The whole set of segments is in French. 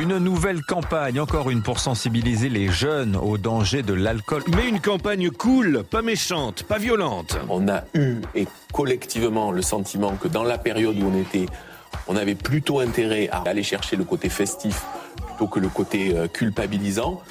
Une nouvelle campagne, encore une pour sensibiliser les jeunes au danger de l'alcool. Mais une campagne cool, pas méchante, pas violente. On a eu et collectivement le sentiment que dans la période où on était, on avait plutôt intérêt à aller chercher le côté festif plutôt que le côté euh, culpabilisant.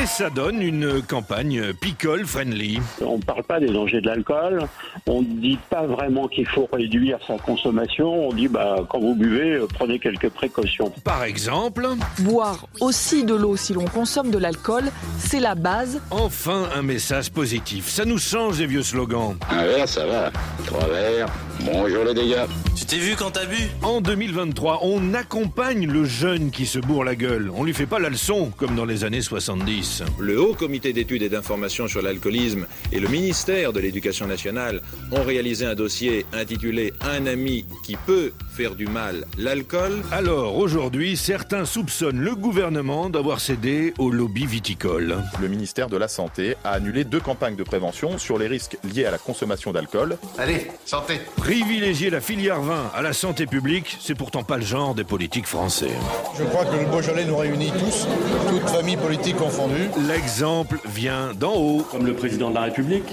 Et ça donne une campagne picole friendly. On ne parle pas des dangers de l'alcool, on ne dit pas vraiment qu'il faut réduire sa consommation, on dit bah, quand vous buvez, euh, prenez quelques précautions. Par exemple, Boire aussi de l'eau si l'on consomme de l'alcool, c'est la base. enfin un message positif. Ça nous change des vieux slogans. Un verre, Ah ça va. Trois verres, bonjour les dégâts. Tu t'es vu quand t'as bu En 2023, on accompagne le jeune qui se bourre la gueule. On lui fait pas la leçon, comme dans les années 70. Le Haut Comité d'études et d'information sur l'alcoolisme et le ministère de l'Éducation nationale ont réalisé un dossier intitulé Un ami qui peut faire du mal, l'alcool. Alors aujourd'hui, certains soupçonnent le gouvernement d'avoir cédé au lobby viticole. Le ministère de la Santé a annulé deux campagnes de prévention sur les risques liés à la consommation d'alcool. Allez, santé. Privilégier la filière vin à la santé publique, c'est pourtant pas le genre des politiques français. Je crois que le Beaujolais nous réunit tous, toutes familles politiques confondues. L'exemple vient d'en haut. Comme le président de la République,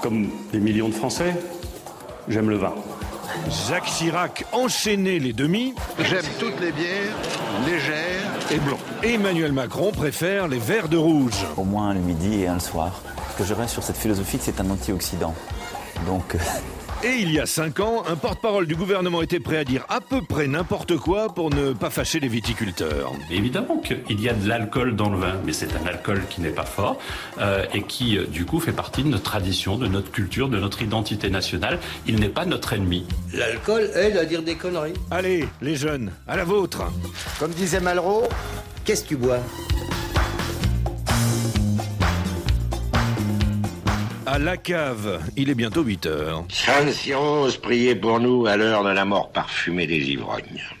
comme des millions de Français, j'aime le vin. Jacques Chirac enchaînait les demi. J'aime toutes les bières, légères. Et blanc. Emmanuel Macron préfère les verts de rouge. au moins le midi et un le soir. Ce que je reste sur cette philosophie que c'est un antioxydant. Donc, euh, Et il y a cinq ans, un porte-parole du gouvernement était prêt à dire à peu près n'importe quoi pour ne pas fâcher les viticulteurs. Évidemment qu'il y a de l'alcool dans le vin, mais c'est un alcool qui n'est pas fort euh, et qui, euh, du coup, fait partie de notre tradition, de notre culture, de notre identité nationale. Il n'est pas notre ennemi. L'alcool aide à dire des conneries. Allez, les jeunes, à la vôtre. Comme disait Malraux, qu'est-ce que tu bois À la cave, il est bientôt 8 heures. Saint Cyrose, priez pour nous à l'heure de la mort parfumée des ivrognes.